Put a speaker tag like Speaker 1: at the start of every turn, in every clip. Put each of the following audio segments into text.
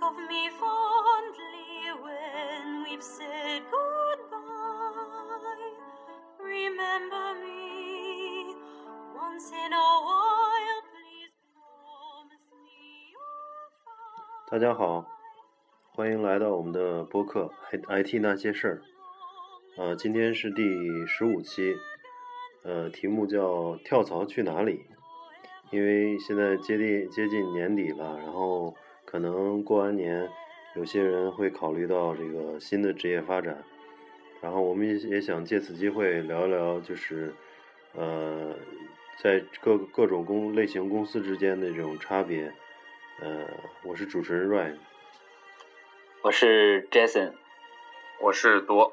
Speaker 1: of me fondly when we've said goodbye. Remember me once in a while, please promise me you'll
Speaker 2: 大家好，欢迎来到我们的播客 I IT 那些事儿。呃，今天是第十五期，呃，题目叫“跳槽去哪里”。因为现在接近接近年底了，然后可能过完年，有些人会考虑到这个新的职业发展，然后我们也也想借此机会聊一聊，就是呃，在各各种公类型公司之间的这种差别。呃，我是主持人 Ryan，
Speaker 3: 我是 Jason，
Speaker 4: 我是多，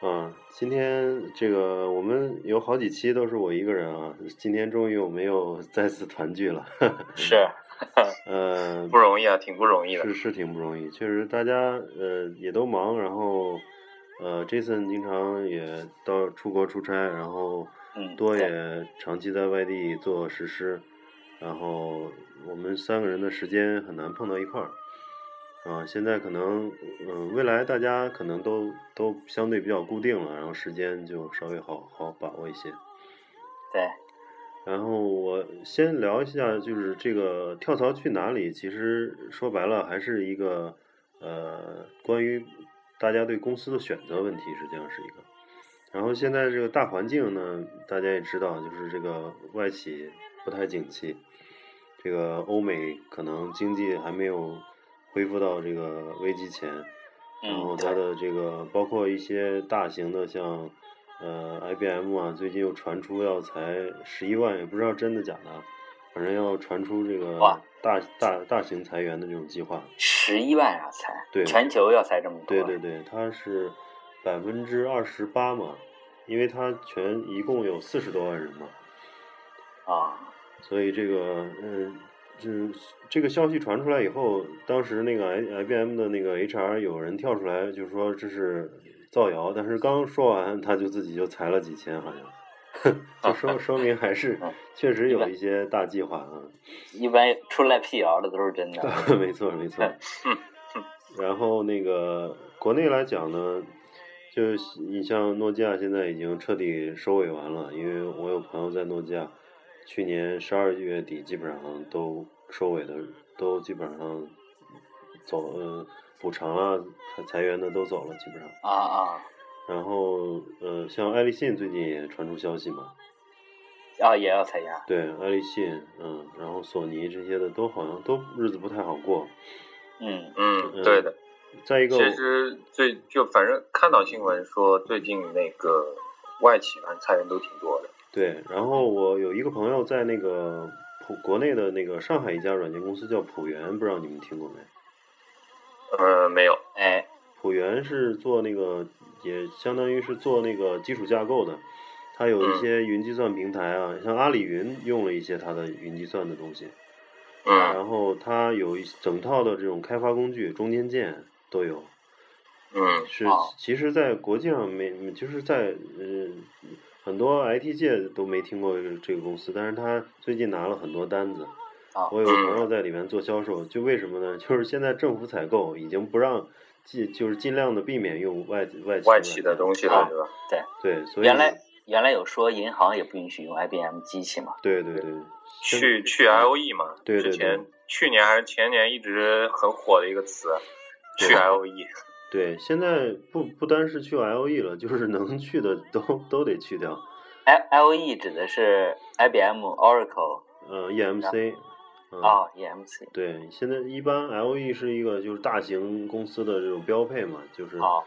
Speaker 2: 嗯，今天这个我们有好几期都是我一个人啊，今天终于我们又再次团聚了。
Speaker 3: 是
Speaker 2: 呃，
Speaker 4: 不容易啊，挺不容易的
Speaker 2: 是。是挺不容易，确实大家呃也都忙，然后呃 Jason 经常也到出国出差，然后
Speaker 3: 嗯
Speaker 2: 多
Speaker 3: 对
Speaker 2: 也长期在外地做实施，然后我们三个人的时间很难碰到一块儿。啊，现在可能，嗯、未来大家可能都都相对比较固定了，然后时间就稍微好好把握一些。
Speaker 3: 对，
Speaker 2: 然后我先聊一下，就是这个跳槽去哪里，其实说白了还是一个呃，关于大家对公司的选择问题，实际上是一个。然后现在这个大环境呢，大家也知道，就是这个外企不太景气，这个欧美可能经济还没有恢复到这个危机前，然后
Speaker 3: 嗯，
Speaker 2: 它
Speaker 3: 对，
Speaker 2: 的这个包括一些大型的像呃 IBM 啊，最近又传出要裁十一万，也不知道真的假的，反正要传出这个
Speaker 3: 哇
Speaker 2: 大大大型裁员的这种计划。
Speaker 3: 十一万啊，才
Speaker 2: 对
Speaker 3: 全球要才这么多，
Speaker 2: 对对，对，它是百分之二十八嘛，因为它全一共有四十多万人嘛，
Speaker 3: 啊，
Speaker 2: 所以这个嗯。这这个消息传出来以后，当时那个 I I B M 的那个 H R 有人跳出来，就说这是造谣，但是刚说完他就自己就裁了几千，好像， 就说说明还是确实有一些大计划啊。
Speaker 3: 一般出来辟谣的都是真的，
Speaker 2: 没错，没错。然后那个国内来讲呢，就是你像诺基亚现在已经彻底收尾完了，因为我有朋友在诺基亚，去年十二月底基本上都收尾的，都基本上走呃补偿啊、裁裁员的都走了，基本上。
Speaker 3: 啊啊
Speaker 2: 然后呃，像爱立信最近也传出消息嘛，
Speaker 3: 啊，也要裁员，
Speaker 2: 对，爱立信，嗯，然后索尼这些的都好像都日子不太好过。
Speaker 3: 嗯，
Speaker 2: 嗯
Speaker 4: 嗯，对的。
Speaker 2: 再一个，
Speaker 4: 其实最就反正看到新闻说，最近那个外企反正裁员都挺多的。
Speaker 2: 对，然后我有一个朋友在那个普国内的那个上海一家软件公司叫普元，不知道你们听过没？
Speaker 4: 呃，没有，
Speaker 3: 哎，
Speaker 2: 普元是做那个，也相当于是做那个基础架构的，它有一
Speaker 4: 嗯
Speaker 2: 些云计算平台啊，像阿里云用了一些它的云计算的东西，
Speaker 4: 嗯
Speaker 3: 啊
Speaker 2: 然后它有一整套的这种开发工具，中间件都有。
Speaker 4: 嗯
Speaker 2: 是
Speaker 3: 哦，
Speaker 2: 其实，在国际上没，就是在呃，很多 IT 界都没听过这个公司，但是它最近拿了很多单子。
Speaker 3: 啊
Speaker 2: 我有个朋友在里面做销售，就为什么呢？ 就是现在政府采购已经不让，尽就是尽量的避免用外外企
Speaker 4: 嗯外企的东西了，
Speaker 3: 啊
Speaker 4: 对吧？
Speaker 2: 对，所以
Speaker 3: 原来原来有说银行也不允许用 IBM 机器嘛，
Speaker 2: 对对对，现
Speaker 4: 去去 LE 嘛，
Speaker 2: 对对
Speaker 4: 之前去年还是前年一直很火的一个词，
Speaker 2: 对
Speaker 4: 去 E，LE。
Speaker 2: 对现在不不单是去 LE 了，就是能去的都都得去掉，
Speaker 3: i L E 指的是 IBM、Oracle
Speaker 2: 呃，EMC，嗯、
Speaker 3: 啊，EMC
Speaker 2: 对，现在一般 LE 是一个就是大型公司的这种标配嘛，就是
Speaker 3: 啊，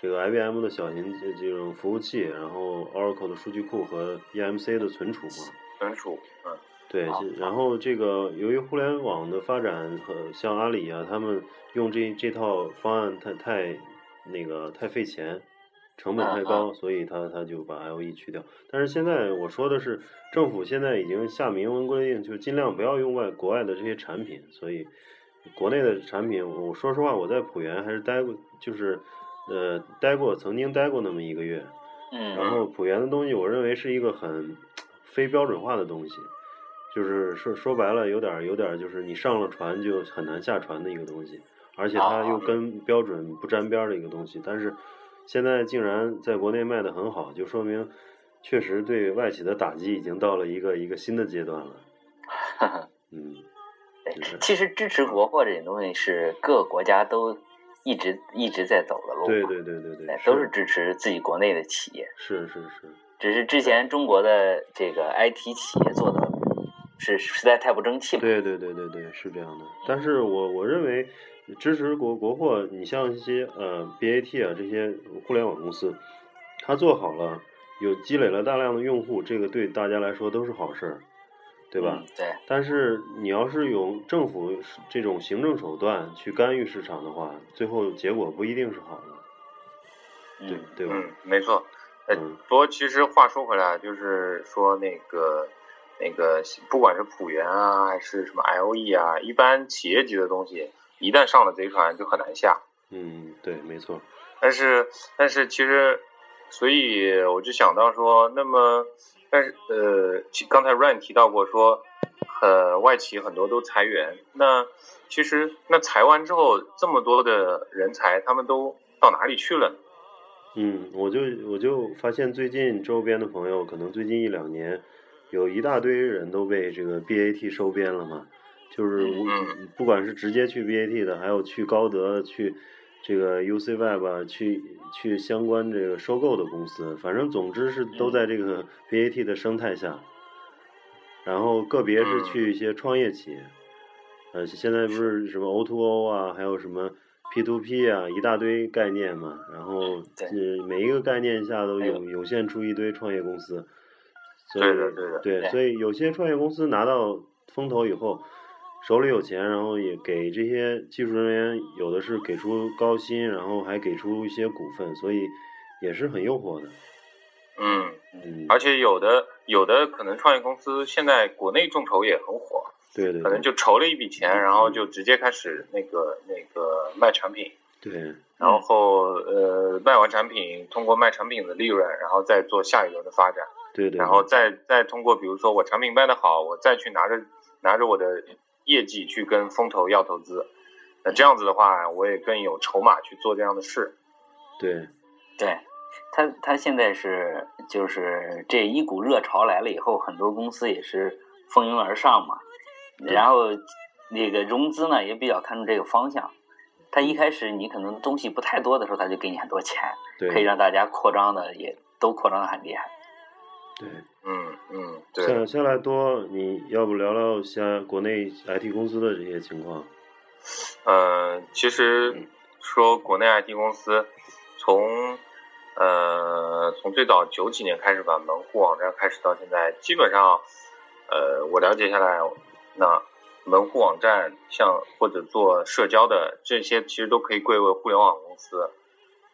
Speaker 2: 这个 IBM 的小型这这种服务器，然后 Oracle 的数据库和 EMC 的存储嘛。
Speaker 4: 存储，嗯，
Speaker 2: 对，
Speaker 3: 好
Speaker 2: 这
Speaker 3: 好
Speaker 2: 然后这个由于互联网的发展和像阿里啊，他们用这这套方案太太那个太费钱，成本
Speaker 3: 嗯
Speaker 2: 太高，所以他他就把 LE 去掉。但是现在我说的是，政府现在已经下明文规定，就尽量不要用外国外的这些产品，所以国内的产品，我说实话，我在浦原还是待过，就是呃待过，曾经待过那么一个月。然
Speaker 3: 嗯
Speaker 2: 后浦原的东西，我认为是一个很非标准化的东西，就是说说白了，有点儿有点儿就是你上了船就很难下船的一个东西，而
Speaker 3: 啊
Speaker 2: 且它又跟标准不沾边儿的一个东西。但是现在竟然在国内卖的很好，就说明确实对外企的打击已经到了一个一个新的阶段 了。嗯，就是
Speaker 3: 其实支持国货这种东西是各个国家都一直一直在走的路嘛，
Speaker 2: 对对对对对
Speaker 3: 哎，都是支持自己国内的企业，
Speaker 2: 是是是，
Speaker 3: 只是之前中国的这个 IT 企业做的是实在太不争气了。
Speaker 2: 对对对对对，是这样的。但是我我认为支持国国货，你像一些呃 BAT 啊这些互联网公司，它做好了，有积累了大量的用户，这个对大家来说都是好事儿，对吧？
Speaker 3: 嗯？对，
Speaker 2: 但是你要是用政府这种行政手段去干预市场的话，最后结果不一定是好的，对
Speaker 3: 嗯，哎
Speaker 2: 对吧？
Speaker 4: 嗯，没错。呃
Speaker 2: 嗯，
Speaker 4: 不过其实话说回来，就是说那个那个，不管是浦原啊，还是什么 LE 啊，一般企业级的东西，一旦上了贼船就很难下。
Speaker 2: 嗯，对，没错，
Speaker 4: 但是但是其实，所以我就想到说，那么但是呃，其刚才 Ryan 提到过说，呃，外企很多都裁员，那其实那裁完之后，这么多的人才，他们都到哪里去了呢？
Speaker 2: 嗯，我就我就发现最近周边的朋友，可能最近一两年，有一大堆人都被这个 BAT 收编了嘛，就是无
Speaker 4: 嗯
Speaker 2: 不管是直接去 BAT 的，还有去高德、去这个 UC Web 啊、去去相关这个收购的公司，反正总之是都在这
Speaker 4: 嗯
Speaker 2: 个 BAT 的生态下，然后个别
Speaker 4: 嗯
Speaker 2: 是去一些创业企业，呃，现在不是什么 O to O 啊，还有什么 P to P 啊，一大堆概念嘛。然后
Speaker 3: 对
Speaker 2: 呃，每一个概念下都
Speaker 3: 还有
Speaker 2: 涌涌现出一堆创业公司。所
Speaker 4: 对
Speaker 2: 以
Speaker 4: 的对的
Speaker 2: 对
Speaker 3: 对
Speaker 2: 所以有些创业公司拿到风投以后，手里有钱，然后也给这些技术人员有的是给出高薪，然后还给出一些股份，所以也是很诱惑的。
Speaker 4: 嗯，
Speaker 2: 嗯，
Speaker 4: 而且有的有的可能创业公司现在国内众筹也很火，
Speaker 2: 对对
Speaker 4: 可能
Speaker 2: 对
Speaker 4: 就筹了一笔钱，然后就直接开始那个那个卖产品，
Speaker 2: 对
Speaker 4: 然后呃卖完产品，通过卖产品的利润，然后再做下一轮的发展，
Speaker 2: 对对，
Speaker 4: 然后再再通过比如说我产品卖的好，我再去拿着拿着我的业绩去跟风投要投资，那这样子的话，我也更有筹码去做这样的事。
Speaker 2: 对
Speaker 3: 对，他他现在是就是这一股热潮来了以后，很多公司也是蜂拥而上嘛，然后那个融资呢也比较看重这个方向。他
Speaker 2: 嗯
Speaker 3: 一开始你可能东西不太多的时候，他就给你很多钱，可以
Speaker 2: 对
Speaker 3: 让大家扩张的也都扩张的很厉害。
Speaker 2: 对。
Speaker 4: 嗯嗯，对
Speaker 2: 下。下来多，你要不聊聊像国内 IT 公司的这些情况？
Speaker 4: 呃，其实说国内 IT 公司从呃从最早九几年开始吧，门户网站开始到现在，基本上呃我了解下来，那门户网站像或者做社交的这些，其实都可以归为互联网公司。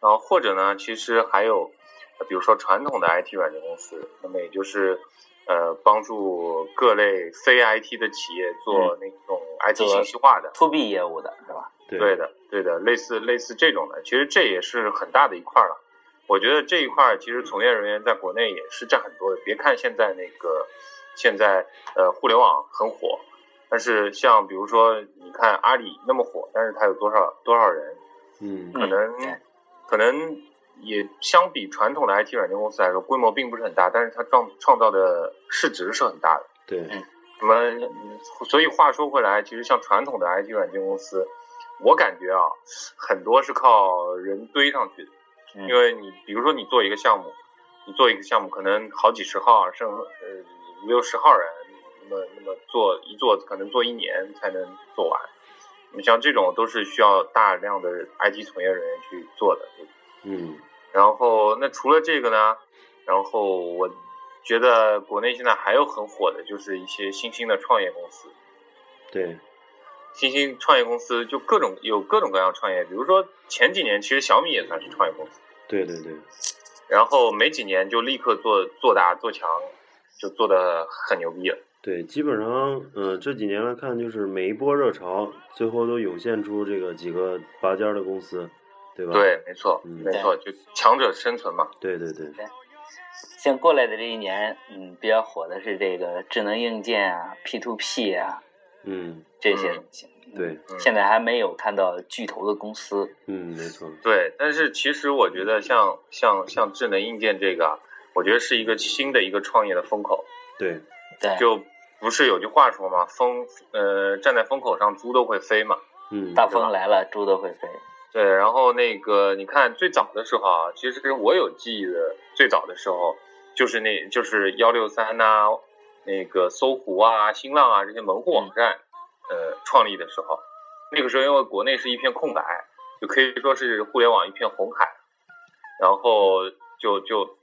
Speaker 4: 然后或者呢，其实还有呃比如说传统的 IT 软件公司，那么也就是。呃，帮助各类非 IT 的企业做那种 IT
Speaker 3: 做
Speaker 4: 信息化的，
Speaker 3: to B 业务的是吧？
Speaker 2: 对
Speaker 4: 对的，对的，类似类似这种的，其实这也是很大的一块儿了。我觉得这一块儿其实从业人员在国内也是占很多的。别看现在那个现在呃互联网很火，但是像比如说你看阿里那么火，但是它有多少多少人？
Speaker 2: 嗯
Speaker 4: 可能、
Speaker 3: 对
Speaker 4: 可能也相比传统的 IT 软件公司来说，规模并不是很大，但是它创创造的市值是很大的。
Speaker 2: 对
Speaker 4: 那么，嗯所以话说回来，其实像传统的 IT 软件公司，我感觉啊，很多是靠人堆上去的。
Speaker 3: 嗯
Speaker 4: 因为你比如说你做一个项目，你做一个项目可能好几十号，甚至呃五六十号人，那么那么做一做可能做一年才能做完。你像这种都是需要大量的 IT 从业人员去做的，对吧
Speaker 2: 嗯
Speaker 4: 然后那除了这个呢，然后我觉得国内现在还有很火的就是一些新兴的创业公司，
Speaker 2: 对
Speaker 4: 新兴创业公司就各种有各种各样的创业，比如说前几年其实小米也算是创业公司，
Speaker 2: 对对对
Speaker 4: 然后没几年就立刻做做大做强，就做的很牛逼了。
Speaker 2: 对，基本上嗯、呃这几年来看，就是每一波热潮最后都涌现出这个几个拔尖儿的公司，对吧？
Speaker 4: 对，没错，
Speaker 2: 嗯
Speaker 4: 没错，就强者生存嘛。
Speaker 2: 对对对
Speaker 3: 像过来的这一年，嗯，比较火的是这个智能硬件啊、P to P 啊
Speaker 2: 嗯，
Speaker 3: 这些
Speaker 4: 嗯
Speaker 3: 东西。
Speaker 2: 对，
Speaker 4: 嗯
Speaker 3: 现在还没有看到巨头的公司。
Speaker 2: 嗯，没错，
Speaker 4: 对，但是其实我觉得像像像智能硬件这个啊，我觉得是一个新的一个创业的风口。
Speaker 2: 对，
Speaker 3: 对，
Speaker 4: 就不是有句话说嘛，风呃站在风口上，猪都会飞嘛。
Speaker 2: 嗯，
Speaker 3: 大风来了，猪都会飞。
Speaker 4: 对，然后那个你看最早的时候啊，其实我有记忆的最早的时候，就是那就是幺六三呐，那个搜狐啊、新浪啊这些门户网站，呃，创立的时候，那个时候因为国内是一片空白，就可以说是互联网一片红海，然后就就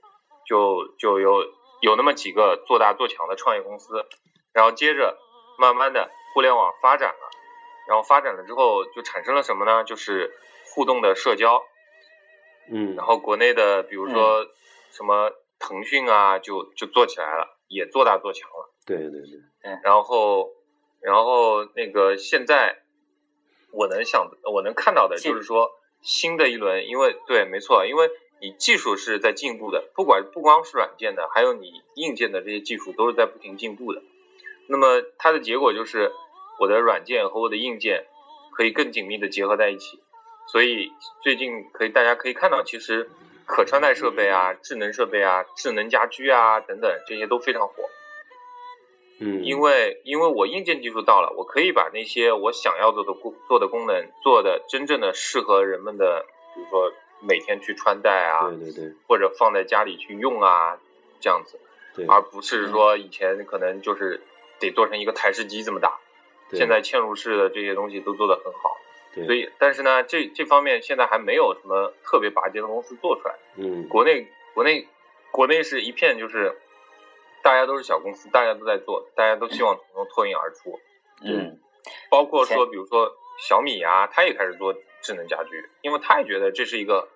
Speaker 4: 就就有有那么几个做大做强的创业公司，然后接着慢慢的互联网发展了。然后发展了之后，就产生了什么呢？就是互动的社交。
Speaker 2: 嗯，
Speaker 4: 然后国内的，比如说什么腾讯啊，就就做起来了，也做大做强了。
Speaker 2: 对对对，
Speaker 4: 然后，然后那个现在我能想，我能看到的
Speaker 3: 技
Speaker 4: 就是说，新的一轮，因为对，没错，因为你技术是在进步的，不管不光是软件的，还有你硬件的这些技术都是在不停进步的。那么它的结果就是，我的软件和我的硬件可以更紧密的结合在一起。所以最近可以大家可以看到，其实可穿戴设备啊、智能设备啊、智能家居啊等等这些都非常火。
Speaker 2: 嗯，
Speaker 4: 因为因为我硬件技术到了，我可以把那些我想要做的功做的功能做的真正的适合人们的，比如说每天去穿戴啊，
Speaker 2: 对对对
Speaker 4: 或者放在家里去用啊，这样子，
Speaker 2: 对，嗯
Speaker 4: 而不是说以前可能就是得做成一个台式机这么大，
Speaker 2: 对
Speaker 4: 现在嵌入式的这些东西都做得很好，
Speaker 2: 对，
Speaker 4: 所以但是呢，这这方面现在还没有什么特别拔尖的公司做出来。
Speaker 2: 嗯，
Speaker 4: 国内国内国内是一片就是大家都是小公司，大家都在做，大家都希望从中脱颖而出。
Speaker 3: 嗯，
Speaker 4: 包括
Speaker 3: 前
Speaker 4: 说，比如说小米啊，他也开始做智能家居，因为他也觉得这是一个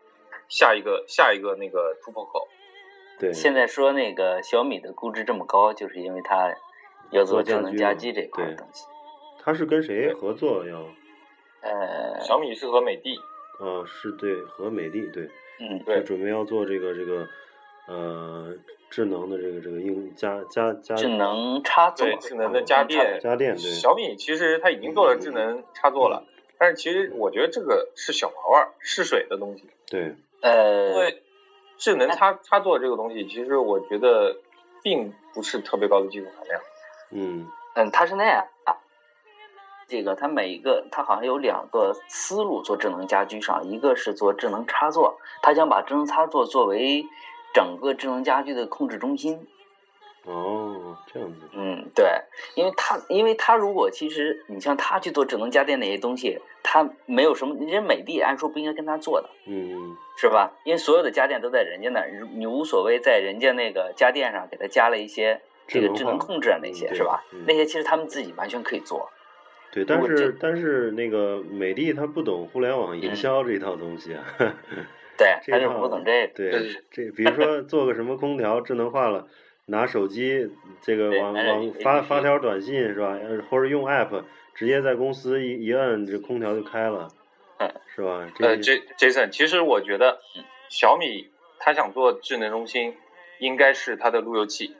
Speaker 4: 下一个下一个那个突破口。
Speaker 2: 对，
Speaker 3: 现在说那个小米的估值这么高，就是因为它要做智能家居这块的东西。
Speaker 2: 他是跟谁合作要？
Speaker 3: 呃，
Speaker 4: 小米是和美的，
Speaker 2: 呃，是对和美的对，
Speaker 3: 嗯，
Speaker 4: 对
Speaker 2: 就准备要做这个这个呃智能的这个这个硬家家家
Speaker 3: 智能插座，
Speaker 4: 对智能的家
Speaker 3: 插座
Speaker 4: 电。
Speaker 2: 家电对，嗯
Speaker 4: 小米其实它已经做了智能插座了，但是其实我觉得这个是小玩玩儿，试水的东西。
Speaker 2: 对
Speaker 4: 因
Speaker 3: 呃，
Speaker 4: 为智能插插座这个东西，其实我觉得并不是特别高的技术含量。
Speaker 2: 嗯
Speaker 3: 嗯，它是那样啊。这个它每一个，它好像有两个思路做智能家居上，一个是做智能插座，它想把智能插座作为整个智能家居的控制中心。
Speaker 2: 哦这样子
Speaker 3: 嗯，对，因为它因为它如果其实你像它去做智能家电那些东西，它没有什么，人家美的按说不应该跟它做的，
Speaker 2: 嗯
Speaker 3: 是吧？因为所有的家电都在人家那儿，你你无所谓在人家那个家电上给它加了一些这个智
Speaker 2: 智
Speaker 3: 能
Speaker 2: 能化
Speaker 3: 控制啊那
Speaker 2: 嗯
Speaker 3: 些，
Speaker 2: 对
Speaker 3: 是吧？
Speaker 2: 嗯
Speaker 3: 那些其实他们自己完全可以做。
Speaker 2: 对，但
Speaker 3: 果
Speaker 2: 是
Speaker 3: 这
Speaker 2: 但是那个美的他不懂互联网
Speaker 4: 嗯
Speaker 2: 营销这一套东西啊，
Speaker 3: 对，
Speaker 2: 这
Speaker 3: 他就
Speaker 2: 套
Speaker 3: 不懂这个。
Speaker 2: 对
Speaker 4: 对
Speaker 2: 这比如说做个什么空调智能化了。拿手机这个
Speaker 3: 对
Speaker 2: 往
Speaker 3: 拿手
Speaker 4: 哎
Speaker 2: 往
Speaker 3: 机
Speaker 2: 发
Speaker 3: APP
Speaker 2: 发条短信是吧？呃或者用 app 直接在公司一一摁，这空调就开了
Speaker 3: 嗯，
Speaker 2: 是吧？这
Speaker 4: 呃，J Jason，其实我觉得小米它想做智能中心，应该是它的路由器，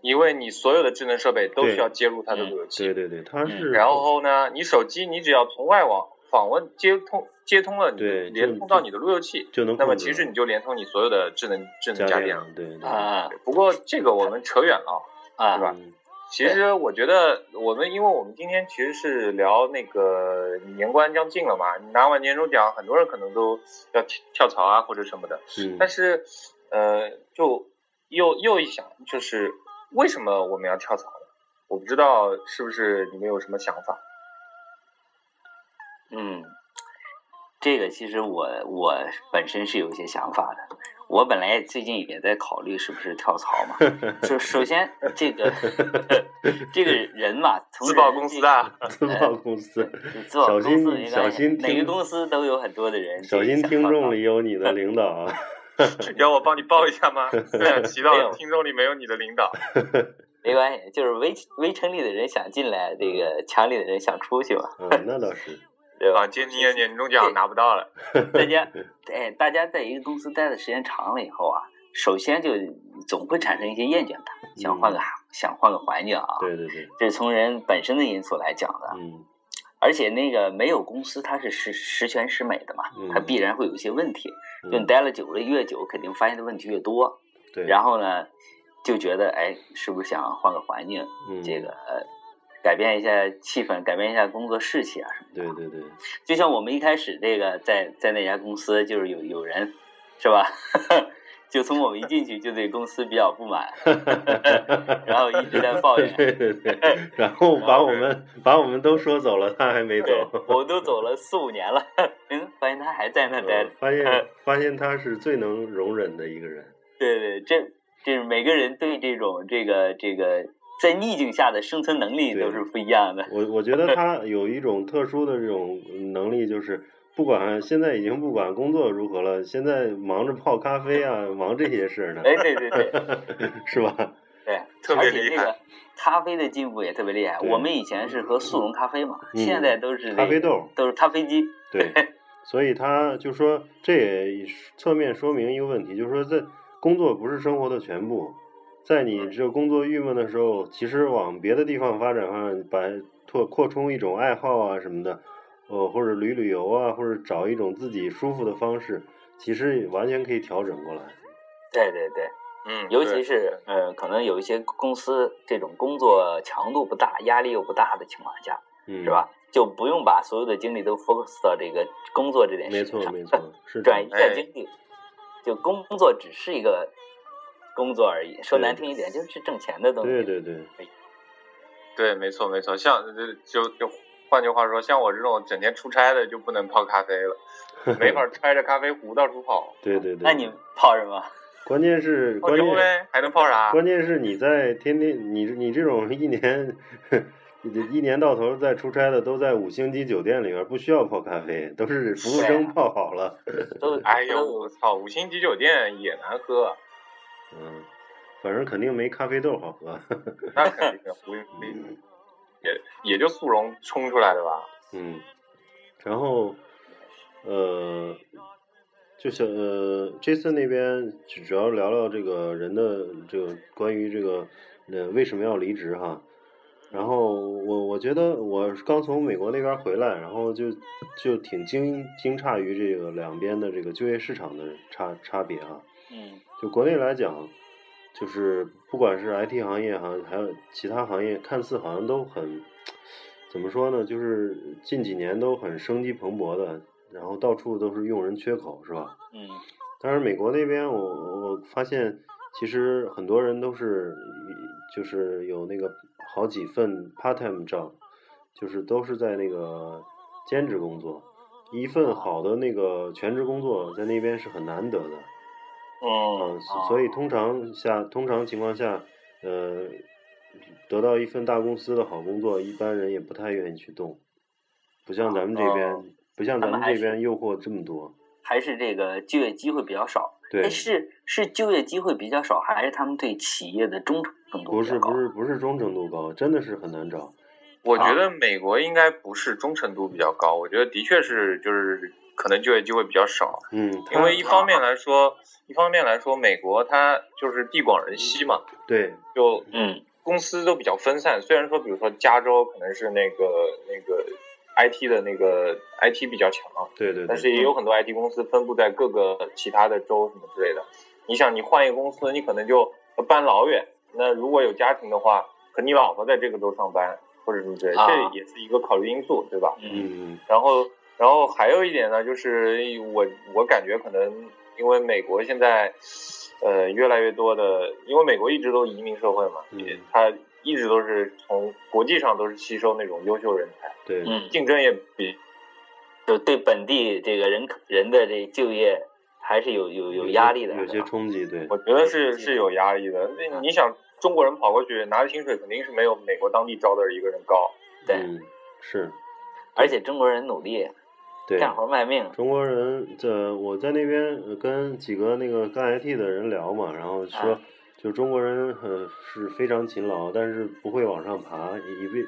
Speaker 4: 因为你所有的智能设备都
Speaker 2: 对嗯
Speaker 4: 需要接入它的路由
Speaker 2: 对
Speaker 4: 器。
Speaker 2: 对对，它是
Speaker 4: 嗯然后呢，你手机你只要从外网访问接通接通了你的，
Speaker 2: 对就
Speaker 4: 连通到你的路由器，
Speaker 2: 就能
Speaker 4: 那么
Speaker 2: 控制
Speaker 4: 其实
Speaker 2: 了
Speaker 4: 你就连通你所有的智能智能
Speaker 2: 家
Speaker 4: 家电了。
Speaker 2: 对对
Speaker 3: 啊
Speaker 4: 不过这个我们扯远了啊。
Speaker 3: 啊
Speaker 4: 是吧
Speaker 2: 嗯
Speaker 4: 其实我觉得我们，因为我们今天其实是聊那个年关将近了嘛，拿完年终奖，很多人可能都要跳跳槽啊或者什么的。
Speaker 2: 嗯，
Speaker 4: 但是，呃，就又又一想，就是为什么我们要跳槽呢？我不知道是不是你们有什么想法？
Speaker 3: 嗯，这个其实我我本身是有一些想法的。我本来最近也在考虑是不是跳槽 嘛。首首先，这个这个人嘛，从
Speaker 4: 自曝
Speaker 3: 人
Speaker 4: 公司
Speaker 3: 这
Speaker 4: 啊，
Speaker 2: 自曝公司，
Speaker 3: 自曝
Speaker 2: 小
Speaker 3: 公司
Speaker 2: 心
Speaker 3: 没关
Speaker 2: 小
Speaker 3: 系
Speaker 2: 心
Speaker 3: 哪
Speaker 2: 听
Speaker 3: 个公司都有很多的人这
Speaker 2: 小
Speaker 3: 个
Speaker 2: 心
Speaker 3: 想
Speaker 2: 听
Speaker 3: 跳槽
Speaker 2: 众里有你的领导 啊，
Speaker 4: 让我帮你报一下吗？不想提
Speaker 3: 没有
Speaker 4: 到听众里没有你的 领导。
Speaker 3: 没关系，就是围围城里的人想进来，这个墙里的人想出去嘛，
Speaker 2: 嗯，那倒是，
Speaker 3: 对吧？
Speaker 4: 啊，今年年终奖拿不到了。
Speaker 3: 大家，哎，大家在一个公司待的时间长了以后啊，首先就总会产生一些厌倦感，想换个、
Speaker 2: 嗯
Speaker 3: 想换个环境啊。
Speaker 2: 对对对，
Speaker 3: 这是从人本身的因素来讲的，
Speaker 2: 嗯
Speaker 3: 而且那个没有公司，它是十十全十美的嘛，它
Speaker 2: 嗯
Speaker 3: 必然会有一些问题。就你
Speaker 2: 嗯，
Speaker 3: 待了久了，越久肯定发现的问题越多。
Speaker 2: 对，
Speaker 3: 然后呢，就觉得哎，是不是想换个环境？
Speaker 2: 嗯
Speaker 3: 这个呃改变一下气氛，改变一下工作士气啊什么的。
Speaker 2: 对对对，
Speaker 3: 就像我们一开始这个在在那家公司，就是有有人是吧？ 就从我们一进去就对公司比较不满， 然后一直在抱怨。
Speaker 2: 对对 对，然后把我们把我们都说走了，他还没走
Speaker 3: 对，，我都走了四五年了，嗯，发现他还在那待着
Speaker 2: 呃。发 现发现他是最能容忍的一个人，
Speaker 3: 对对，这这是每个人对这种这个这个在逆境下的生存能力都是不一样的。
Speaker 2: 我我觉得他有一种特殊的这种能力，就是不管现在已经不管工作如何了，现在忙着泡咖啡啊，忙这些事儿呢，
Speaker 3: 哎，对 对对
Speaker 2: 是吧？
Speaker 3: 对，
Speaker 4: 特别
Speaker 3: 而且
Speaker 4: 厉
Speaker 3: 这
Speaker 4: 害
Speaker 3: 个咖啡的进步也特别厉害。
Speaker 2: 对
Speaker 3: 我们以前是喝速溶咖啡嘛，
Speaker 2: 嗯
Speaker 3: 现在都是、
Speaker 2: 咖啡，豆，
Speaker 3: 都是咖啡机。
Speaker 2: 对，所以他就说，这也侧面说明一个问题，就是说，在工作不是生活的全部，在你这工作郁闷的时候，其实往别的地方发展上，把拓扩充一种爱好啊什么的，呃，或者旅旅游啊，或者找一种自己舒服的方式，其实也完全可以调整过来。
Speaker 3: 对对对，
Speaker 4: 嗯，
Speaker 3: 尤
Speaker 4: 对
Speaker 3: 其是呃，可能有一些公司这种工作强度不大、压力又不大的情况下，
Speaker 2: 嗯，
Speaker 3: 是吧？？就不用把所有的精力都 focus 到这个工作这件
Speaker 2: 没
Speaker 3: 事情
Speaker 2: 错，
Speaker 3: 上，
Speaker 2: 没哎错，是这
Speaker 3: 转
Speaker 2: 样
Speaker 3: 移一
Speaker 2: 的。
Speaker 3: 下精力。就工作只是一个工作而已，说
Speaker 2: 对
Speaker 3: 难听一点，就是挣钱的东西。
Speaker 2: 对对对，
Speaker 4: 对，没错没错，像呃就就换句话说，像我这种整天出差的就不能泡咖啡 了，没法揣着咖啡壶到处跑，
Speaker 2: 对对对。
Speaker 3: 那你泡什么？
Speaker 2: 关键是
Speaker 4: 泡
Speaker 2: 关
Speaker 4: 牛
Speaker 2: 键。
Speaker 4: 呗，还能泡啥？
Speaker 2: 关键是你在天天，你你这种一年， 一年到头在出差的，都在五星级酒店里边，不需要泡咖啡，都是服务生泡好了。
Speaker 3: 都
Speaker 4: 哎呦
Speaker 3: 都
Speaker 4: 我操，五星级酒店也难喝，
Speaker 2: 嗯，反正肯定没咖啡豆好喝。
Speaker 4: 那肯定不也也就速溶冲出来的吧。
Speaker 2: 嗯，然后，呃，就是呃，Jason 那边只主要聊聊这个人的这个关于这个呃为什么要离职哈。然后我我觉得我刚从美国那边回来，然后就就挺惊惊诧于这个两边的这个就业市场的差差别啊哈。
Speaker 3: 嗯
Speaker 2: 就国内来讲，就是不管是 IT 行业哈，还有其他行业，看似好像都很，怎么说呢？就是近几年都很生机蓬勃的，然后到处都是用人缺口，是吧？
Speaker 3: 嗯
Speaker 2: 但是美国那边我，我我发现，其实很多人都是，就是有那个好几份 part-time job，就是都是在那个兼职工作。一份好的那个全职工作，在那边是很难得的。
Speaker 4: 嗯
Speaker 2: 嗯，所
Speaker 3: 哦
Speaker 2: 所以通常下通常情况下，呃，得到一份大公司的好工作，一般人也不太愿意去动，不像咱们这边，
Speaker 4: 哦
Speaker 2: 不像咱
Speaker 3: 他
Speaker 2: 们
Speaker 3: 们还
Speaker 2: 这
Speaker 3: 是
Speaker 2: 边诱惑这么多。
Speaker 3: 还是这个就业机会比较少。
Speaker 2: 对
Speaker 3: 哎，是是就业机会比较少，还是他们对企业的忠诚度
Speaker 2: 不
Speaker 3: 比较
Speaker 2: 是
Speaker 3: 高
Speaker 2: 不是不是忠诚度高，真的是很难找。
Speaker 4: 我
Speaker 3: 啊
Speaker 4: 觉得美国应该不是忠诚度比较高，我觉得的确是就是可能就业机会比较少，
Speaker 2: 嗯，
Speaker 4: 因为一
Speaker 2: 他
Speaker 4: 方面来说，一方面来说，美国它就是地广人稀嘛，
Speaker 2: 对
Speaker 4: 就
Speaker 3: 嗯
Speaker 4: 公司都比较分散。虽然说，比如说加州可能是那个那个 IT 的那个 IT 比较强，
Speaker 2: 对对
Speaker 4: 但是
Speaker 2: 对，
Speaker 4: 也有很多 IT 公司分布在各个其他的州什么之类的。你想，你换一个公司，你可能就搬老远。那如果有家庭的话，可能你老婆在这个州上班或者什么之类的，
Speaker 3: 啊
Speaker 4: 这也是一个考虑因素，对吧？
Speaker 3: 嗯
Speaker 2: 嗯嗯
Speaker 4: 然后，然后还有一点呢，就是我我感觉可能因为美国现在，呃，越来越多的，因为美国一直都移民社会嘛，
Speaker 2: 嗯
Speaker 4: 也它一直都是从国际上都是吸收那种优秀人才，
Speaker 2: 对，
Speaker 3: 嗯，
Speaker 4: 竞争也比
Speaker 3: 就对本地这个人口人的这就业还是有有有
Speaker 2: 些
Speaker 3: 压力的，
Speaker 2: 有
Speaker 3: 是
Speaker 2: 些
Speaker 3: 吧
Speaker 2: 冲击，对
Speaker 4: 我觉得是是有压力的。那你想，中国人跑过去拿的薪水肯定是没有美国当地招的一个人高。
Speaker 3: 对，
Speaker 2: 嗯是，
Speaker 3: 而且中国人努力
Speaker 2: 对。
Speaker 3: 干活卖命，
Speaker 2: 中国人在我在那边呃跟几个那个干 IT 的人聊嘛，然后说
Speaker 3: 啊，
Speaker 2: 就中国人呃是非常勤劳，但是不会往上爬，一辈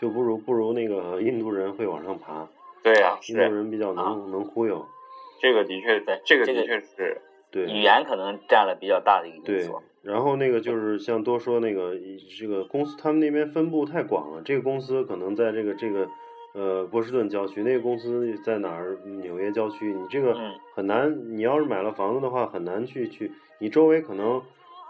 Speaker 2: 就不如不如那个印度人会往上爬，
Speaker 4: 对呀、
Speaker 2: 印度
Speaker 4: 是啊
Speaker 2: 人比较能能忽悠。
Speaker 4: 这个的确
Speaker 3: 对，
Speaker 4: 这个
Speaker 3: 这
Speaker 4: 的
Speaker 3: 个
Speaker 4: 确是，
Speaker 3: 语
Speaker 2: 对
Speaker 3: 言可能占了比较大的一个因
Speaker 2: 对
Speaker 3: 素。。
Speaker 2: 然后那个就是像多说那个这个公司，他们那边分布太广了，这个公司可能在这个这个呃波士顿郊区，那个公司在哪儿？纽约郊区，你这个
Speaker 3: 嗯
Speaker 2: 很难。你要是买了房子的话，很难去去，你周围可能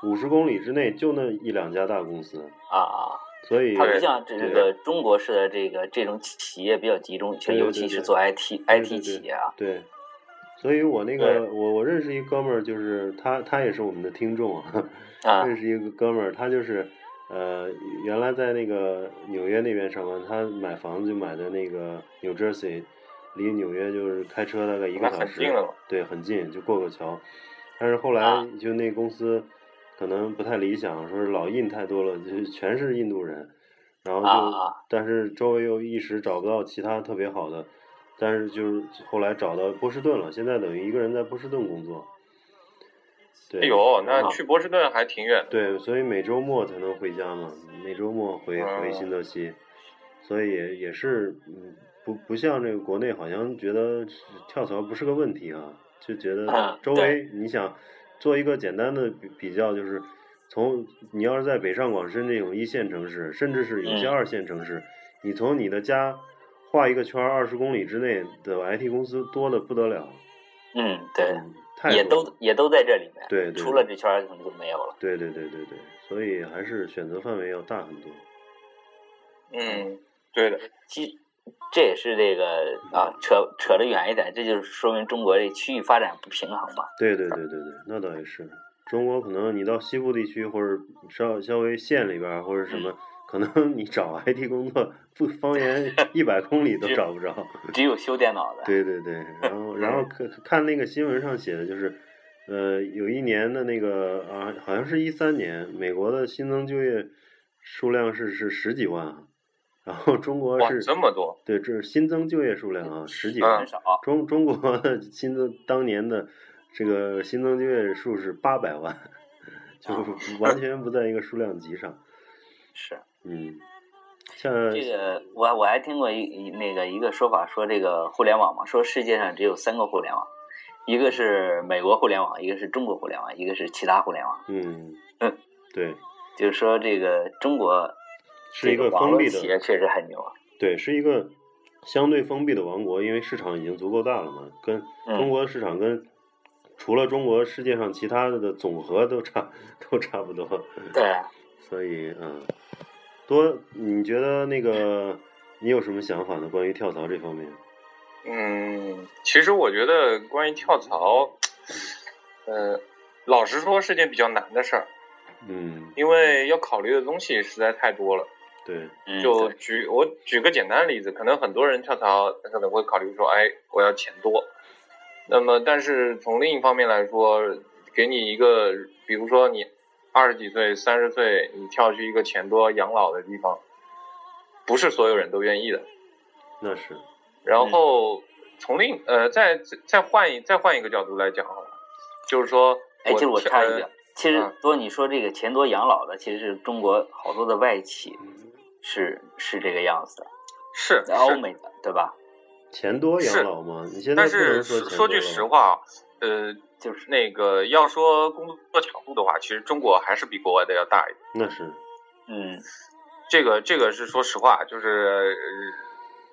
Speaker 2: 五十公里之内就那一两家大公司，
Speaker 3: 啊啊，
Speaker 2: 所以
Speaker 3: 它不像这
Speaker 2: 对
Speaker 3: 个中国式的这个这种企业比较集中，
Speaker 2: 对对
Speaker 3: 尤其
Speaker 2: 对
Speaker 3: 是
Speaker 2: 对
Speaker 3: 做 IT
Speaker 2: 对对
Speaker 3: IT 企业啊。
Speaker 2: 对，所以我那个
Speaker 4: 对
Speaker 2: 我我认识一哥们儿，就是他他也是我们的听众啊，
Speaker 3: 啊
Speaker 2: 认识一个哥们儿，他就是呃原来在那个纽约那边上班，他买房子就买的那个 New Jersey，离纽约就是开车大概一个
Speaker 4: 那
Speaker 2: 小
Speaker 4: 很
Speaker 2: 时，
Speaker 4: 近了嘛
Speaker 2: 对，很近，就过个桥。但是后来
Speaker 3: 啊
Speaker 2: 就那公司可能不太理想，说是老印太多了，就是全是印度人，然后就、
Speaker 3: 啊啊
Speaker 2: 但是周围又一时找不到其他特别好的，但是就是后来找到波士顿了，现在等于一个人在波士顿工作。对，
Speaker 4: 哎呦，
Speaker 2: 然
Speaker 4: 那
Speaker 2: 后
Speaker 4: 去波士顿还挺远的。
Speaker 2: 对，所以每周末才能回家嘛，每周末回
Speaker 3: 哦
Speaker 2: 回新泽西，所以也也是，嗯，不不像这个国内好像觉得跳槽不是个问题啊，就觉得
Speaker 3: 嗯
Speaker 2: 周围你想做一个简单的比比较，就是从你要是在北上广深这种一线城市，甚至是有些
Speaker 3: 嗯
Speaker 2: 二线城市，你从你的家画一个圈儿，二十公里之内的 IT 公司多的不得了，
Speaker 3: 嗯，对，
Speaker 2: 嗯，太
Speaker 3: 也
Speaker 2: 多了
Speaker 3: 都也都在这里面。
Speaker 2: 对对
Speaker 3: 除了这圈儿可能就没有了。
Speaker 2: 对对对对对，所以还是选择范围要大很多。
Speaker 4: 嗯，对的，
Speaker 3: 其这也是这个啊，扯扯得远一点，这就是说明中国这区域发展不平衡嘛。
Speaker 2: 对对对对对，那倒也是。中国可能你到西部地区或者稍稍微县里边儿或者
Speaker 4: 嗯
Speaker 2: 什么，可能 你找 IT 工作，不方 圆一百公里都找不着。
Speaker 3: 只有修电脑的，
Speaker 2: 对对对，然后然
Speaker 4: 嗯
Speaker 2: 后看看那个新闻上写的就是，呃，有一年的那个啊，好像是一三年，美国的新增就业数量是是十几万啊，然后中国
Speaker 4: 哇，
Speaker 2: 是
Speaker 4: 这么嗯多，
Speaker 2: 对这是新增就业数量啊十几万
Speaker 3: 很，少。
Speaker 2: 中中国的新增当年的这个新增就业数是八百万，
Speaker 3: 啊
Speaker 2: 就是完全不在一个数量级上。
Speaker 3: 是
Speaker 2: 嗯，像
Speaker 3: 这个，我我还听过一一那个一个说法，说这个互联网嘛，说世界上只有三个互联网，一个是美国互联网，一个是中国互联网，一个是其他互联网。
Speaker 2: 嗯
Speaker 3: 嗯，
Speaker 2: 对，
Speaker 3: 就是说这个中国
Speaker 2: 是一
Speaker 3: 这个网
Speaker 2: 封
Speaker 3: 络
Speaker 2: 闭
Speaker 3: 企业
Speaker 2: 的，
Speaker 3: 确实很牛啊。
Speaker 2: 对，是一个相对封闭的王国，因为市场已经足够大了嘛，跟
Speaker 3: 嗯
Speaker 2: 中国市场跟。除了中国，世界上其他的总和都差都差不多。
Speaker 3: 对，
Speaker 2: 所以，嗯，多，你觉得那个你有什么想法呢？关于跳槽这方面？
Speaker 4: 嗯，其实我觉得关于跳槽，呃，老实说是件比较难的事儿，
Speaker 2: 嗯，
Speaker 4: 因为要考虑的东西实在太多了。
Speaker 2: 对，
Speaker 3: 嗯
Speaker 4: 就
Speaker 3: 对
Speaker 4: 举我举个简单的例子，可能很多人跳槽可能会考虑说，哎，我要钱多。那么，但是从另一方面来说，给你一个，比如说你二十几岁、三十岁，你跳去一个钱多养老的地方，不是所有人都愿意的。
Speaker 2: 那是，
Speaker 3: 嗯
Speaker 4: 然后从另呃再再换一再换一个角度来讲好了，就是说，
Speaker 3: 哎，就是我插一
Speaker 4: 呃
Speaker 3: 句，其实
Speaker 4: 嗯
Speaker 3: 多你说这个钱多养老的，其实是中国好多的外企是是这个样子的，
Speaker 4: 是
Speaker 3: 在欧
Speaker 4: 呃是
Speaker 3: 美的对吧？
Speaker 2: 钱多
Speaker 4: 是
Speaker 2: 养老吗？你现在
Speaker 4: 但
Speaker 2: 不能说
Speaker 4: 是说
Speaker 2: 钱
Speaker 4: 说
Speaker 2: 多
Speaker 4: 句
Speaker 2: 了
Speaker 4: 实
Speaker 2: 吧，
Speaker 4: 话，呃，
Speaker 3: 就是
Speaker 4: 那个要说工作强度的话，其实中国还是比国外的要大一点。
Speaker 2: 那是，
Speaker 3: 嗯
Speaker 4: 这个这个是说实话，就是、呃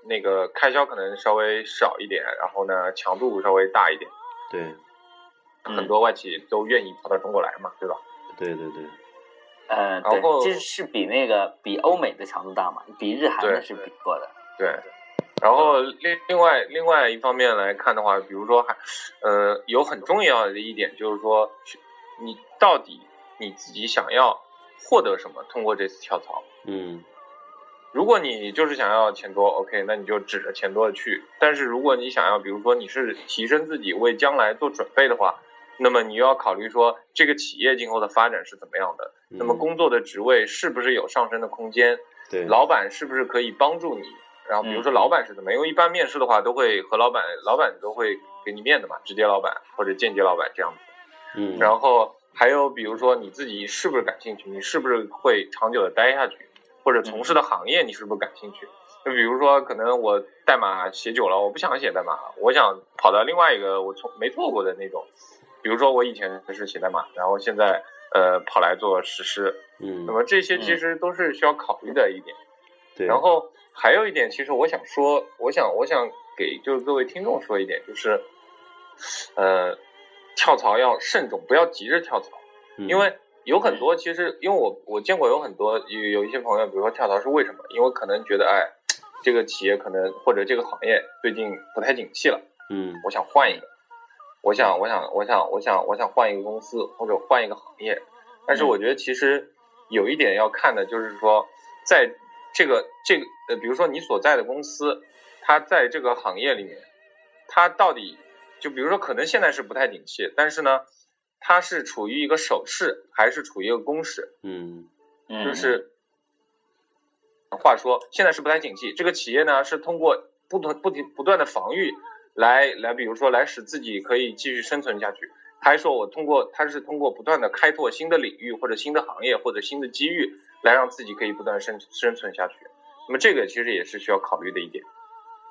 Speaker 4: 那个开销可能稍微少一点，然后呢强度稍微大一点，
Speaker 2: 对，
Speaker 3: 嗯
Speaker 4: 很多外企都愿意跑到中国来嘛，对吧？
Speaker 2: 对对对，
Speaker 3: 呃
Speaker 4: 然
Speaker 3: 对，
Speaker 4: 后
Speaker 3: 其实是比那个比欧美的强度大嘛，比日韩
Speaker 4: 对
Speaker 3: 的是比过的。
Speaker 4: 对。然后另另外另外一方面来看的话，比如说还呃有很重要的一点就是说，你到底你自己想要获得什么？通过这次跳槽，
Speaker 2: 嗯，
Speaker 4: 如果你就是想要钱多，OK，那你就指着钱多的去。但是如果你想要，比如说你是提升自己，为将来做准备的话，那么你又要考虑说这个企业今后的发展是怎么样的，那么
Speaker 2: 嗯
Speaker 4: 工作的职位是不是有上升的空间，
Speaker 2: 对，
Speaker 4: 老板是不是可以帮助你？然后比如说老板是怎么样，因为一般面试的话都会和老板，老板都会给你面的嘛，直接老板或者间接老板这样子。
Speaker 2: 嗯，
Speaker 4: 然后还有比如说你自己是不是感兴趣，你是不是会长久的待下去，或者从事的行业你是不是感兴趣？就比如说，可能我代码写久了，我不想写代码，我想跑到另外一个我从没做过的那种，比如说我以前是写代码，然后现在呃跑来做实施，
Speaker 2: 嗯
Speaker 4: 那，么这些其实都是需要考虑的一点。
Speaker 2: 对，
Speaker 4: 然后还有一点，其实我想说，我想我想给就是各位听众说一点，就是呃跳槽要慎重，不要急着跳槽，
Speaker 2: 嗯
Speaker 4: 因为有很多其实因为我我见过有很多有有一些朋友，比如说跳槽是为什么？因为可能觉得哎这个企业可能或者这个行业最近不太景气了。
Speaker 2: 嗯
Speaker 4: 我想换一个，我想，我想，我想，我想，我想换一个公司或者换一个行业。但是我觉得其实有一点要看的就是说，在这个这个呃，比如说你所在的公司，它在这个行业里面，它到底就比如说可能现在是不太景气，但是呢，它是处于一个守势还是处于一个攻势？
Speaker 2: 嗯
Speaker 3: 嗯，
Speaker 4: 就是话说，现在是不太景气，这个企业呢是通过不断不停不断的防御来来，比如说来使自己可以继续生存下去。他还说我通过他是通过不断的开拓新的领域或者新的行业或者新的机遇，来让自己可以不断地生生存下去。那么这个其实也是需要考虑的一点。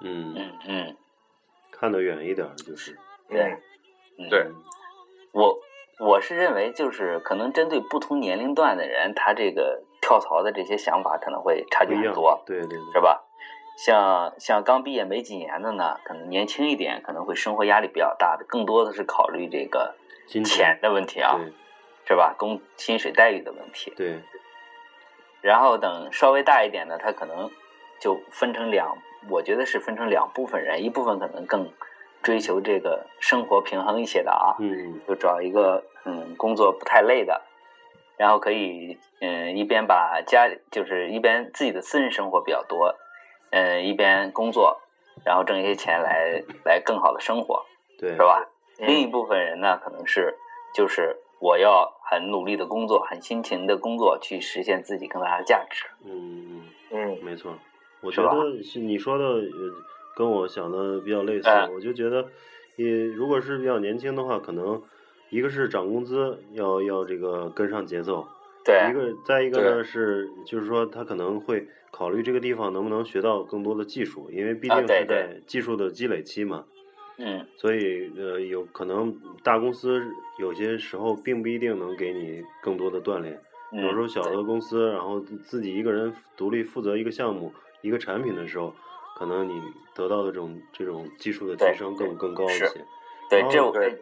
Speaker 2: 嗯，
Speaker 3: 嗯嗯，
Speaker 2: 看得远一点儿就是，
Speaker 3: 对，嗯
Speaker 4: 对
Speaker 2: 嗯
Speaker 3: 我我是认为，就是可能针对不同年龄段的人，他这个跳槽的这些想法可能会差
Speaker 2: 不
Speaker 3: 距
Speaker 2: 一
Speaker 3: 很
Speaker 2: 样
Speaker 3: 多，，
Speaker 2: 对对
Speaker 3: 是
Speaker 2: 对，
Speaker 3: 吧？像像刚毕业没几年的呢，可能年轻一点，可能会生活压力比较大的，更多的是考虑这个
Speaker 2: 金
Speaker 3: 钱的问题啊，
Speaker 2: 对
Speaker 3: 是吧？工薪水待遇的问题。
Speaker 2: 对，
Speaker 3: 然后等稍微大一点的，他可能就分成两，我觉得是分成两部分人，一部分可能更追求这个生活平衡一些的啊，
Speaker 2: 嗯
Speaker 3: 就找一个嗯工作不太累的，然后可以嗯一边把家就是一边自己的私人生活比较多，嗯一边工作，然后挣一些钱来来更好的生活，
Speaker 2: 对，
Speaker 3: 是吧？
Speaker 4: 嗯
Speaker 3: 另一部分人呢，可能是就是我要很努力的工作，很辛勤的工作，去实现自己更大的价值。
Speaker 2: 嗯嗯。
Speaker 4: 嗯
Speaker 2: 没错，我
Speaker 3: 是
Speaker 2: 觉
Speaker 3: 吧
Speaker 2: 得是你说的呃跟我想的比较类似，
Speaker 3: 嗯
Speaker 2: 我就觉得，也如果是比较年轻的话，可能一个是涨工资要要这个跟上节奏，
Speaker 3: 对
Speaker 2: 一，个再一个
Speaker 4: 对
Speaker 2: 呢是就是说他可能会考虑这个地方能不能学到更多的技术，因为毕
Speaker 3: 啊
Speaker 2: 竟
Speaker 3: 对
Speaker 2: 是
Speaker 3: 对
Speaker 2: 在技术的积累期嘛，
Speaker 3: 嗯，
Speaker 2: 所以呃有可能大公司有些时候并不一定能给你更多的锻炼。有
Speaker 3: 嗯
Speaker 2: 时候小的公司，然后自自己一个人独立负责一个项目、一个产品的时候，可能你得到的这种这种技术的提
Speaker 3: 对
Speaker 2: 升
Speaker 3: 对
Speaker 2: 更更高一
Speaker 3: 是
Speaker 2: 些。
Speaker 3: 对
Speaker 2: 哦
Speaker 3: 对，这我
Speaker 4: 对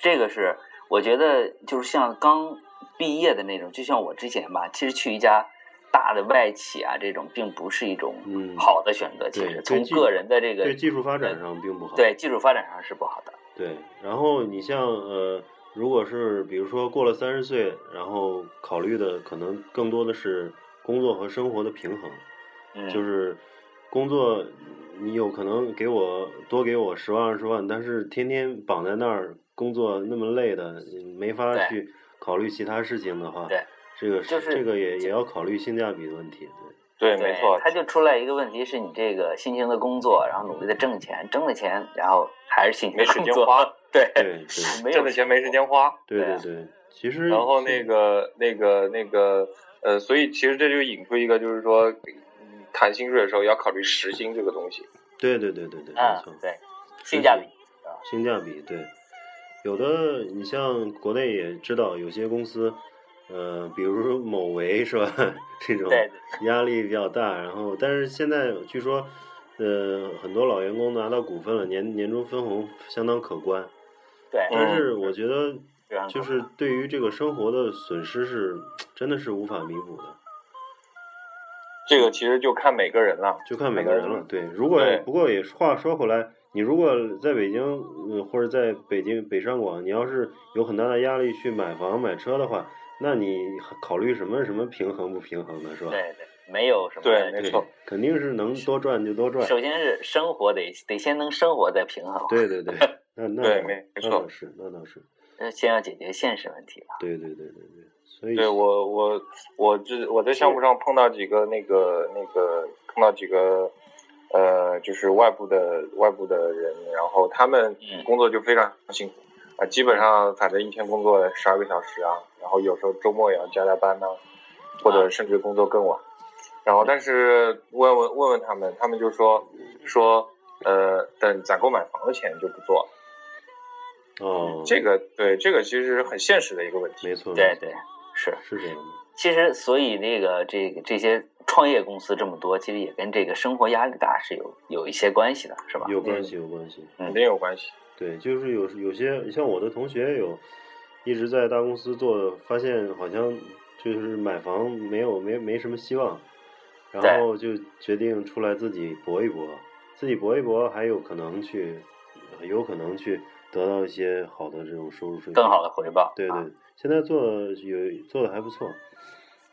Speaker 3: 这个是我觉得就是像刚毕业的那种，就像我之前吧，其实去一家大的外企啊，这种并不是一种
Speaker 2: 嗯
Speaker 3: 好的选择。其
Speaker 2: 对
Speaker 3: 实
Speaker 2: 对
Speaker 3: 从
Speaker 2: 技
Speaker 3: 个人的这个
Speaker 2: 对技术发展上并不好。
Speaker 3: 对技术发展上是不好的。
Speaker 2: 对然后你像呃，如果是比如说过了三十岁，然后考虑的可能更多的是工作和生活的平衡。
Speaker 3: 嗯，
Speaker 2: 就是工作，你有可能给我多给我十万二十万，但是天天绑在那儿工作那么累的，没法
Speaker 3: 对
Speaker 2: 去考虑其他事情的话，
Speaker 3: 对
Speaker 2: 这个
Speaker 3: 就是
Speaker 2: 这个也也要考虑性价比的问题。
Speaker 4: 对，
Speaker 3: 对
Speaker 4: 没错，
Speaker 3: 他就出来一个问题，是你这个辛勤的工作，然后努力的挣钱，挣了钱，然后还是辛勤
Speaker 4: 没时
Speaker 3: 工
Speaker 4: 间
Speaker 3: 作
Speaker 4: 花，
Speaker 3: 对，
Speaker 2: 对对对
Speaker 3: 没有
Speaker 4: 挣的钱没时间花。
Speaker 2: 对
Speaker 3: 对
Speaker 2: 对
Speaker 3: 啊
Speaker 2: 对，其实
Speaker 4: 然后
Speaker 2: 嗯是
Speaker 4: 那个那个那个呃，所以其实这就引出一个，就是说嗯谈薪水的时候要考虑时薪这个东西。
Speaker 2: 对对对对对，没
Speaker 3: 啊
Speaker 2: 错，，
Speaker 3: 对，
Speaker 2: 是
Speaker 3: 性价比，
Speaker 2: 性价比对。有的，你像国内也知道有些公司，呃，比如说某维是吧？ 这种
Speaker 3: 对
Speaker 2: 压力比较大，然后但是现在据说，呃，很多老员工拿到股份了，年年终分红相当可观。
Speaker 3: 对，
Speaker 4: 嗯
Speaker 2: 但是我觉得，
Speaker 3: 非常
Speaker 2: 就
Speaker 3: 可
Speaker 2: 是
Speaker 3: 怕
Speaker 2: 对于这个生活的损失是真的是无法弥补的，
Speaker 4: 这个其实就看每个人了。
Speaker 2: 就看每个人了。对，如果
Speaker 4: 对
Speaker 2: 不过也话说回来，你如果在北京，呃，或者在北京北上广，你要是有很大的压力去买房买车的话，那你考虑什么什么平衡不平衡的是吧？
Speaker 3: 对对，没有什么
Speaker 4: 对
Speaker 3: 这
Speaker 4: 没
Speaker 2: 对
Speaker 4: 错
Speaker 2: 肯定是能多赚就多赚。
Speaker 3: 首先是生活得得先能生活再平衡，
Speaker 2: 对 对对，那那
Speaker 4: 对
Speaker 2: 倒
Speaker 4: 没
Speaker 2: 那
Speaker 4: 错
Speaker 2: 倒是那倒是，
Speaker 3: 呃先要解决现实问题啊吧。
Speaker 2: 对对对对对，所以
Speaker 4: 对我我我这我在项目上碰到几个那个那个碰到几个呃，就是外部的外部的人，然后他们
Speaker 3: 嗯
Speaker 4: 工作就非常辛苦啊，基本上反正一天工作十二个小时啊，然后有时候周末也要加加班呐、啊或者甚至工作更晚。然
Speaker 2: 嗯
Speaker 4: 后但是问问问问他们，他们就说说呃，等攒够买房的钱就不做了。
Speaker 2: 哦，
Speaker 4: 这个对这个其实是很现实的一个问题。
Speaker 2: 没错，
Speaker 3: 对
Speaker 2: 没错
Speaker 3: 对是。
Speaker 2: 是这样的，
Speaker 3: 其实，所以那个这个这些创业公司这么多，其实也跟这个生活压力大是有有一些关系的，是吧？
Speaker 2: 有
Speaker 4: 嗯
Speaker 2: 关系有关系。
Speaker 4: 肯定有关系。
Speaker 2: 对，就是有有些像我的同学有一直在大公司做，发现好像就是买房没有没没什么希望，然后就决定出来自己搏一搏，自己搏一搏，还有可能去有可能去得到一些好的这种收入水平，
Speaker 3: 更好的回报。
Speaker 2: 对
Speaker 3: 啊
Speaker 2: 对，现在做的有做的还不错，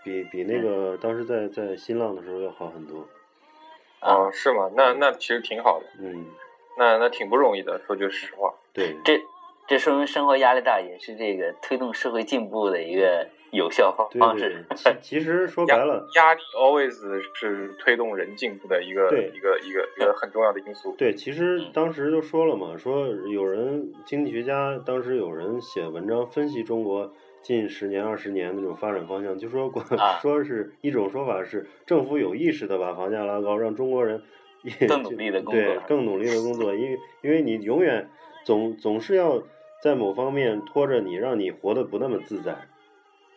Speaker 2: 比比那
Speaker 3: 嗯
Speaker 2: 个当时在在新浪的时候要好很多。
Speaker 4: 啊，是吗？那那其实挺好的，
Speaker 2: 嗯，
Speaker 4: 那那挺不容易的。说句实话，
Speaker 2: 对，
Speaker 3: 这这说明生活压力大也是这个推动社会进步的一个有效方
Speaker 2: 对
Speaker 3: 方
Speaker 2: 嗯对
Speaker 3: 式。，
Speaker 2: 其其实说白
Speaker 4: 压
Speaker 2: 了，
Speaker 4: 压力 always 是推动人进步的一个
Speaker 2: 对
Speaker 4: 一个一个一个很重要的因素。
Speaker 2: 对，其实
Speaker 3: 嗯
Speaker 2: 当时就说了嘛，说有人经济学家当时有人写文章分析中国近十年、二十年那种发展方向，就说过、
Speaker 3: 啊
Speaker 2: 说是一种说法是政府有意识的把房价拉高，让中国人也
Speaker 3: 更努
Speaker 2: 就
Speaker 3: 力地工
Speaker 2: 对
Speaker 3: 作
Speaker 2: 更努力的工作，因为因为你永远总总是要在某方面拖着你，让你活得不那么自在，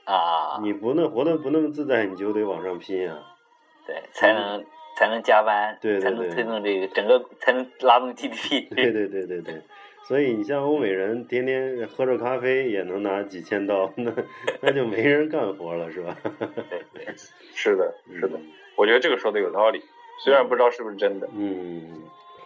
Speaker 3: 啊，
Speaker 2: 你不那活得不那么自在，你就得往上拼啊，
Speaker 3: 对，才能才能加班，
Speaker 2: 对对
Speaker 3: 才能
Speaker 2: 对
Speaker 3: 推动这个整个，才能拉 动 GDP。
Speaker 2: 对对对对对，所以你像欧美人，天天喝着咖啡也能拿几千刀，那那就没人干活了，是吧？
Speaker 3: 对对
Speaker 4: 是的，是的，
Speaker 2: 嗯
Speaker 4: 我觉得这个说的有道理，虽然不知道是不是真的。
Speaker 2: 嗯，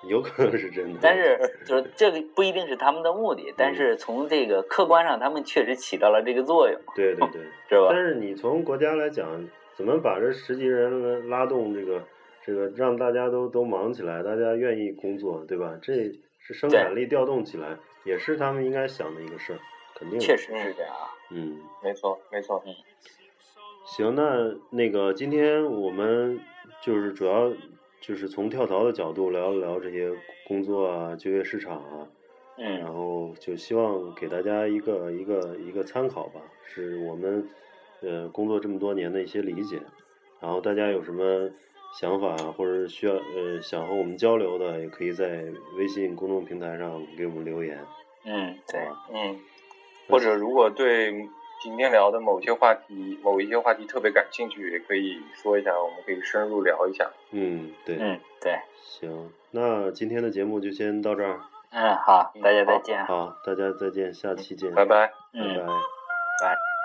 Speaker 2: 有可能是真的。
Speaker 3: 但是就是这个不一定是他们的目的，但是从这个客观上，他们确实起到了这个作用，
Speaker 2: 对对对，
Speaker 3: 是吧
Speaker 2: 但？是你从国家来讲，怎么把这十几人拉动这个这个，让大家都都忙起来，大家愿意工作，对吧？这是生产力调动起来，也是他们应该想的一个事儿，肯定的
Speaker 3: 确，实是这样啊。
Speaker 2: 嗯。
Speaker 4: 没错，没错。
Speaker 2: 行，那那个今天我们就是主要就是从跳槽的角度聊一聊这些工作啊、就业市场啊，然
Speaker 3: 嗯，
Speaker 2: 后就希望给大家一个一个一个参考吧，是我们呃工作这么多年的一些理解。然后大家有什么想法啊或者需要呃想和我们交流的，也可以在微信公众平台上给我们留言，
Speaker 3: 嗯，对，
Speaker 4: 嗯，或者如果对今天聊的某些话题、某一些话题特别感兴趣，也可以说一下，我们可以深入聊一下。
Speaker 2: 嗯，对，
Speaker 3: 嗯，对，
Speaker 2: 行，那今天的节目就先到这儿，
Speaker 3: 嗯，好，大家再见啊，
Speaker 2: 好，大家再见，下期见，
Speaker 4: 拜拜。
Speaker 2: 拜
Speaker 3: 嗯。
Speaker 2: 拜
Speaker 3: 拜